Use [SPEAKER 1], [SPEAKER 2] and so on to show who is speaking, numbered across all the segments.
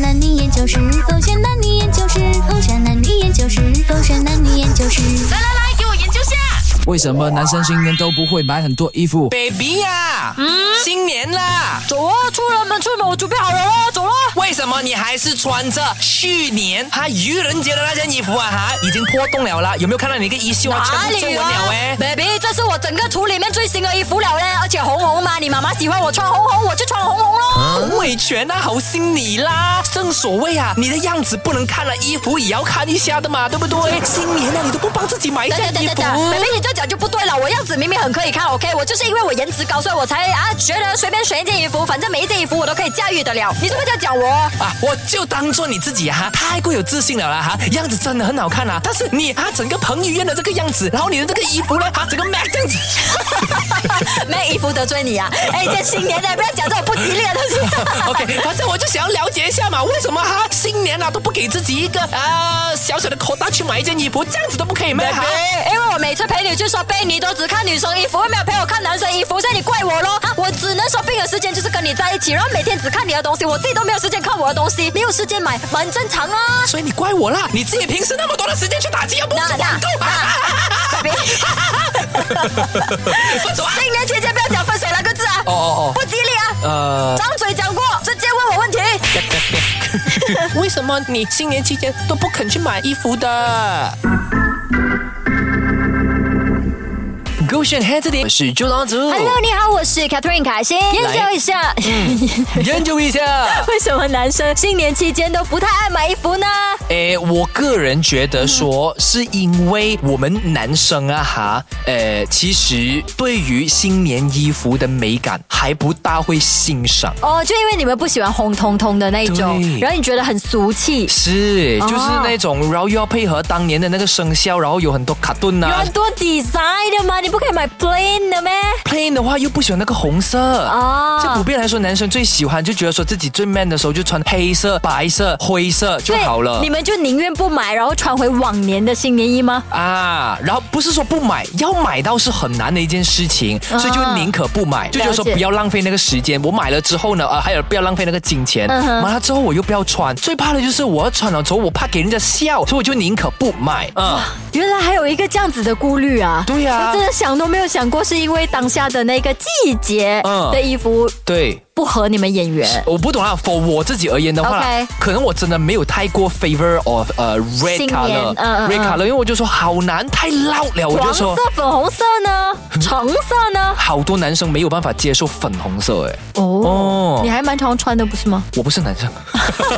[SPEAKER 1] 男女研究室，狗血男女研究室，狗血男女研究室，狗血男女研究室。
[SPEAKER 2] 来来来，给我研究下。
[SPEAKER 3] 为什么男生新年都不会买很多衣服？
[SPEAKER 4] baby 呀、新年啦，
[SPEAKER 5] 嗯走啊，出人们出门，我准备好了啦，走啦。
[SPEAKER 4] 为什么你还是穿着去年哈愚人节的那件衣服啊？哈，已经破洞了啦，有没有看到你那个衣袖啊？全部皱纹了哎、
[SPEAKER 5] ？baby，这是我整个橱里面最新的衣服了嘞，而且红红嘛，你妈妈喜欢我穿红红，我就穿红红咯。
[SPEAKER 4] 洪伟全啊，好心你啦！正所谓啊，你的样子不能看了，衣服也要看一下的嘛，对不对？新年了、啊你都不帮自己买一
[SPEAKER 5] 等
[SPEAKER 4] 件
[SPEAKER 5] 等等
[SPEAKER 4] 衣
[SPEAKER 5] 等
[SPEAKER 4] 服，
[SPEAKER 5] 等，baby，你这样讲就不对了。我样子明明很可以看，OK，我就是因为我颜值高，所以我才啊觉得随便选一件衣服，反正每一件衣服我都可以驾驭得了。你是不是这样讲我？
[SPEAKER 4] 啊，我就当做你自己啊，哈太过有自信了啦哈，样子真的很好看啊。但是你啊，整个彭于晏的这个样子，然后你的这个衣服呢，啊，整个 m a 这样子。
[SPEAKER 5] 没衣服得罪你啊！哎，这新年的不要讲这种不吉利的东西。
[SPEAKER 4] OK，反正我就想要了解一下嘛，为什么哈新年啊都不给自己一个啊、呃小小的口袋去买一件衣服，这样子都不可以吗？哈
[SPEAKER 5] 哎 因为我每次陪你去 shopping，你都只看女生衣服，没有陪我看男生衣服，所以你怪我咯。啊我只能 shopping 的时间就是跟你在一起，然后每天只看你的东西，我自己都没有时间看我的东西，没有时间买，蛮正常啊。
[SPEAKER 4] 所以你怪我啦，你自己平时那么多的时间去打击，又不
[SPEAKER 5] 那
[SPEAKER 4] 是网 购
[SPEAKER 5] 那
[SPEAKER 4] 啊，
[SPEAKER 5] 那，baby，
[SPEAKER 4] 分手啊！
[SPEAKER 5] 新年期间不要讲分手两个字啊，
[SPEAKER 4] 哦哦
[SPEAKER 5] 不吉利啊。
[SPEAKER 4] 哦，呃，哦
[SPEAKER 5] 张嘴讲过，直接问我问题。
[SPEAKER 4] 为什么你新年期间都不肯去买衣服的？勾选黑这里，我是朱郎祖，
[SPEAKER 5] Hello，你好，我是 Catherine 凯欣。研究一下，
[SPEAKER 4] 嗯研究一 下。
[SPEAKER 5] 为什么男生新年期间都不太爱买衣服呢？
[SPEAKER 4] 诶，我个人觉得说，是因为我们男生啊哈，呃，其实对于新年衣服的美感还不大会欣赏。
[SPEAKER 5] 哦，就因为你们不喜欢红彤彤的那一种
[SPEAKER 4] 对，
[SPEAKER 5] 然后你觉得很俗气。
[SPEAKER 4] 是，
[SPEAKER 5] 哦
[SPEAKER 4] 就是那种，然后又要配合当年的那个生肖，然后有很多卡顿
[SPEAKER 5] 有
[SPEAKER 4] 啊
[SPEAKER 5] 很。多 design 的吗？你不可以买 plain 的咩？
[SPEAKER 4] plain 的话又不喜欢那个红色
[SPEAKER 5] 哦
[SPEAKER 4] 就普遍来说，男生最喜欢就觉得说自己最 man 的时候就穿黑色、白色、灰色就好
[SPEAKER 5] 所
[SPEAKER 4] 了
[SPEAKER 5] 以你们就宁愿不买，然后穿回往年的新年衣吗？
[SPEAKER 4] 啊。然后不是说不买，要买到是很难的一件事情，所以就宁可不买，就觉得说
[SPEAKER 5] 啊了解
[SPEAKER 4] 不要浪费那个时间。我买了之后呢，啊，还有不要浪费那个金钱，
[SPEAKER 5] 嗯哼
[SPEAKER 4] 买了之后我又不要穿，最怕的就是我要穿了之后我怕给人家笑，所以我就宁可不买。嗯，
[SPEAKER 5] 原来还有一个这样子的顾虑啊！
[SPEAKER 4] 对呀
[SPEAKER 5] 我真的想都没有想过，是因为当下的那个季节
[SPEAKER 4] 嗯
[SPEAKER 5] 的衣服
[SPEAKER 4] 对。
[SPEAKER 5] 不合你们眼缘。
[SPEAKER 4] 我不懂啊，for 我自己而言的话
[SPEAKER 5] OK
[SPEAKER 4] 可能我真的没有太过 favor of 呃、red
[SPEAKER 5] 新年
[SPEAKER 4] color、
[SPEAKER 5] 嗯嗯嗯
[SPEAKER 4] red color，因为我就说好难，太 loud 了，我就
[SPEAKER 5] 黄色
[SPEAKER 4] 说、
[SPEAKER 5] 粉红色 呢？橙色呢？
[SPEAKER 4] 好多男生没有办法接受粉红色，哎，
[SPEAKER 5] 哦
[SPEAKER 4] 哦，
[SPEAKER 5] 你还蛮常穿的，不是吗？
[SPEAKER 4] 我不是男生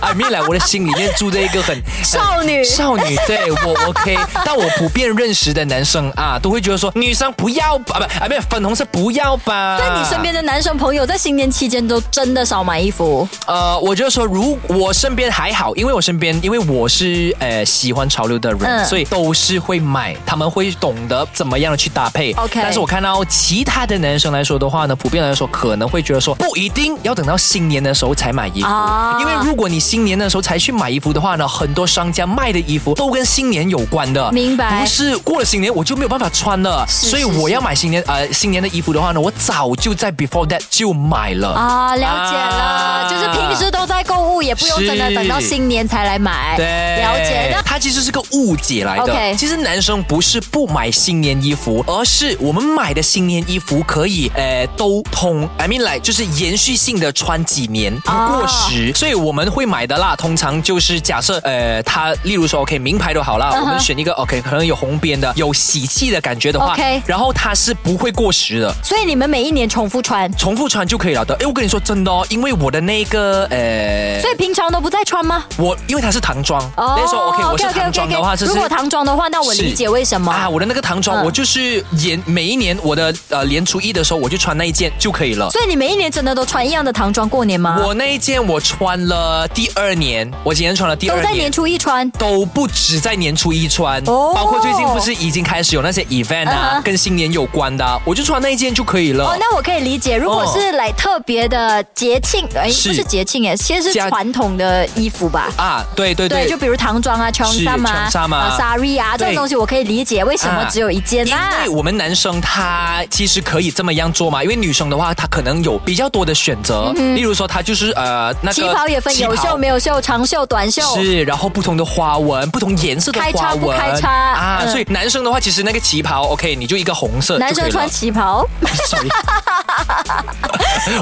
[SPEAKER 4] ，I mean 来我的心里面住着一个很
[SPEAKER 5] 少女
[SPEAKER 4] 少女，对我 OK，但我普遍认识的男生啊，都会觉得说女生不要吧，啊不啊不是粉红色不要吧，
[SPEAKER 5] 但你身边的男生朋友在新年期间都真的少买衣服，
[SPEAKER 4] 呃，我就说，如我身边还好，因为我身边，因为我是呃喜欢潮流的人，
[SPEAKER 5] 嗯
[SPEAKER 4] 所以都是会买，他们会懂得怎么样的去搭配。
[SPEAKER 5] OK
[SPEAKER 4] 但是我看到其他的男生来说的话呢，普遍来说可能会觉得说，不一定要等到新年的时候才买衣服，
[SPEAKER 5] 啊
[SPEAKER 4] 因为如果你新年的时候才去买衣服的话呢，很多商家卖的衣服都跟新年有关的，
[SPEAKER 5] 明白
[SPEAKER 4] 不是过了新年我就没有办法穿了，
[SPEAKER 5] 是
[SPEAKER 4] 所以
[SPEAKER 5] 是
[SPEAKER 4] 我
[SPEAKER 5] 是
[SPEAKER 4] 要买新年呃新年的衣服的话呢，我早就在 before that 就买了
[SPEAKER 5] 啊，了解了，
[SPEAKER 4] 啊
[SPEAKER 5] 就是平时都在购物，也不用
[SPEAKER 4] 是
[SPEAKER 5] 真的等到新年才来买。
[SPEAKER 4] 对，
[SPEAKER 5] 了解。那
[SPEAKER 4] 它其实是个误解来的。
[SPEAKER 5] OK
[SPEAKER 4] 其实男生不是不买新年衣服，而是我们买的新年衣服可以，呃，都通，I mean like 就是延续性的穿几年，不过
[SPEAKER 5] 啊
[SPEAKER 4] 时。所以我们会买的啦，通常就是假设，呃，它例如说，OK，名牌都好啦
[SPEAKER 5] 嗯
[SPEAKER 4] 我们选一个 OK，可能有红边的，有喜气的感觉的话
[SPEAKER 5] OK
[SPEAKER 4] 然后它是不会过时的。
[SPEAKER 5] 所以你们每一年重复穿，
[SPEAKER 4] 重复穿就可以了的。哎，我跟你说真的哦，因为我的那个呃，
[SPEAKER 5] 所以平常都不再穿吗？哦
[SPEAKER 4] 我因为它是唐装，那时候 OK，我是
[SPEAKER 5] OK，OK，OK，OK
[SPEAKER 4] 唐装的话，就是
[SPEAKER 5] 如果唐装的话，那我理解为什么。
[SPEAKER 4] 啊，我的那个唐装，
[SPEAKER 5] 嗯
[SPEAKER 4] 我就是年每一年我的呃年初一的时候，我就穿那一件就可以了。
[SPEAKER 5] 所以你每一年真的都穿一样的唐装过年吗？
[SPEAKER 4] 我那一件我穿了第二年，我今年穿了第
[SPEAKER 5] 都
[SPEAKER 4] 二
[SPEAKER 5] 在年
[SPEAKER 4] 年。
[SPEAKER 5] 初一穿。
[SPEAKER 4] 都不止在年初一穿，
[SPEAKER 5] 哦
[SPEAKER 4] 包括最近不是已经开始有那些 event 啊
[SPEAKER 5] 嗯哼
[SPEAKER 4] 跟新年有关的啊、我就穿那一件就可以了。
[SPEAKER 5] 哦，那我可以理解，如果是来特别的节庆，哎，
[SPEAKER 4] 是
[SPEAKER 5] 不是节庆哎，先是
[SPEAKER 4] 家
[SPEAKER 5] 传统的衣服吧。
[SPEAKER 4] 啊，对对对，
[SPEAKER 5] 对，就比如唐装啊、长
[SPEAKER 4] 是
[SPEAKER 5] 纱嘛、
[SPEAKER 4] 长衫嘛
[SPEAKER 5] 啊、sari 啊，这种
[SPEAKER 4] 对
[SPEAKER 5] 东西我可以理解，为什么
[SPEAKER 4] 啊
[SPEAKER 5] 只有一件啦？
[SPEAKER 4] 因为我们男生他其实可以这么样做嘛，因为女生的话，她可能有比较多的选择，例如说她就是呃那个
[SPEAKER 5] 嗯 旗袍也分
[SPEAKER 4] 旗袍
[SPEAKER 5] 有袖没有袖、长袖短袖。
[SPEAKER 4] 是，然后不同的花纹，不同颜色的
[SPEAKER 5] 开叉
[SPEAKER 4] 花
[SPEAKER 5] 不
[SPEAKER 4] 纹
[SPEAKER 5] 开叉
[SPEAKER 4] 啊，
[SPEAKER 5] 嗯
[SPEAKER 4] 所以男生的话，其实那个旗袍，OK，你就一个红色
[SPEAKER 5] 男生穿
[SPEAKER 4] 就
[SPEAKER 5] 旗袍，
[SPEAKER 4] 可以了 Sorry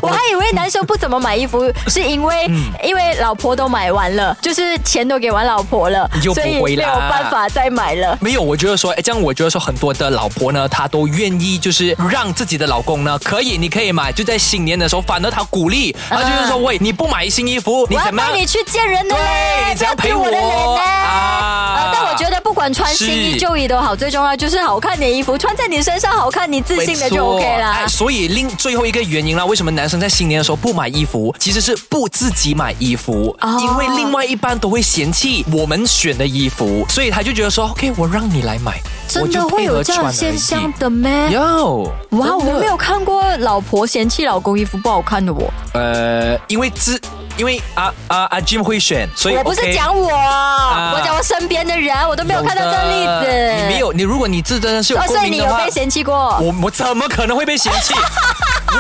[SPEAKER 5] 我还以为男生不怎么买衣服，是因为
[SPEAKER 4] 嗯
[SPEAKER 5] 因为老婆都买完了，就是钱都给完老婆了，
[SPEAKER 4] 又不
[SPEAKER 5] 所以
[SPEAKER 4] 回
[SPEAKER 5] 没
[SPEAKER 4] 啦
[SPEAKER 5] 有办法再买了。
[SPEAKER 4] 没有，我觉得说，哎，这样我觉得说，很多的老婆呢，她都愿意就是让自己的老公呢，可以，你可以买，就在新年的时候，反而她鼓励，她就是说，喂，你不买新衣服，你
[SPEAKER 5] 啊我要
[SPEAKER 4] 怎么样
[SPEAKER 5] 带你去见人的嘞
[SPEAKER 4] 对，你
[SPEAKER 5] 不
[SPEAKER 4] 怎
[SPEAKER 5] 要
[SPEAKER 4] 样陪
[SPEAKER 5] 丢我的脸
[SPEAKER 4] 我
[SPEAKER 5] 嘞。
[SPEAKER 4] 啊
[SPEAKER 5] 呃，但我觉得不管穿新衣
[SPEAKER 4] 是
[SPEAKER 5] 旧衣都好，最重要就是好看的衣服穿在你身上好看，你自信的
[SPEAKER 4] 没
[SPEAKER 5] 就
[SPEAKER 4] 错
[SPEAKER 5] OK 啦
[SPEAKER 4] 哎，。所以另最后一个原因啦，为什么男生在新年的时候不买衣服，其实是不自己买衣服，
[SPEAKER 5] 哦
[SPEAKER 4] 因为另外一半都会嫌弃我们选的衣服，所以他就觉得说，OK，我让你来买，
[SPEAKER 5] 真的会有这样现象的咩？
[SPEAKER 4] 有
[SPEAKER 5] 哇，我没
[SPEAKER 4] 有
[SPEAKER 5] 有看过老婆嫌弃老公衣服不好看的哦我。
[SPEAKER 4] 呃，因为自因为阿阿阿 Jim 会选，所以
[SPEAKER 5] 我不是
[SPEAKER 4] OK
[SPEAKER 5] 讲我，我讲我身边的人，我都没有看到这
[SPEAKER 4] 的
[SPEAKER 5] 例子。
[SPEAKER 4] 你没有，你如果你自真的是有
[SPEAKER 5] 哦，
[SPEAKER 4] 共
[SPEAKER 5] 所以
[SPEAKER 4] 鸣
[SPEAKER 5] 你
[SPEAKER 4] 的
[SPEAKER 5] 有
[SPEAKER 4] 话，
[SPEAKER 5] 被嫌弃过？
[SPEAKER 4] 我我怎么可能会被嫌弃？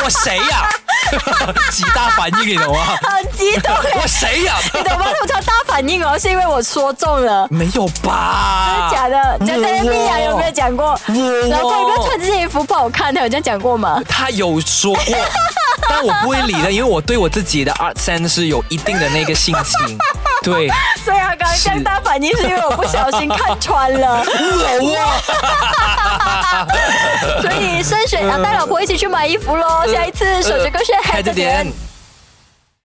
[SPEAKER 4] 我谁呀、 几大反应，你懂吗？
[SPEAKER 5] 好激动耶！
[SPEAKER 4] 我谁呀、
[SPEAKER 5] 你懂吗？通常大反应哦，是因为我说中 了。
[SPEAKER 4] 没有吧？
[SPEAKER 5] 真的假的？讲在那边啊，
[SPEAKER 4] 我
[SPEAKER 5] 有没有讲过？
[SPEAKER 4] 我
[SPEAKER 5] 老公，你不要穿这件衣服不好看，他有这样讲过 吗？
[SPEAKER 4] 他有说过，但我不会理的，因为我对我自己的 art sense 是有一定的那个信心。 对，
[SPEAKER 5] 所以他刚刚这样
[SPEAKER 4] 是
[SPEAKER 5] 大反应，是因为我不小心看穿了。
[SPEAKER 4] 有啊， 呃
[SPEAKER 5] 所以深水啊，带老婆一起去买衣服喽！下一次手机歌炫 h
[SPEAKER 4] 开
[SPEAKER 5] a
[SPEAKER 4] 着
[SPEAKER 5] 着
[SPEAKER 4] 点
[SPEAKER 5] 点。。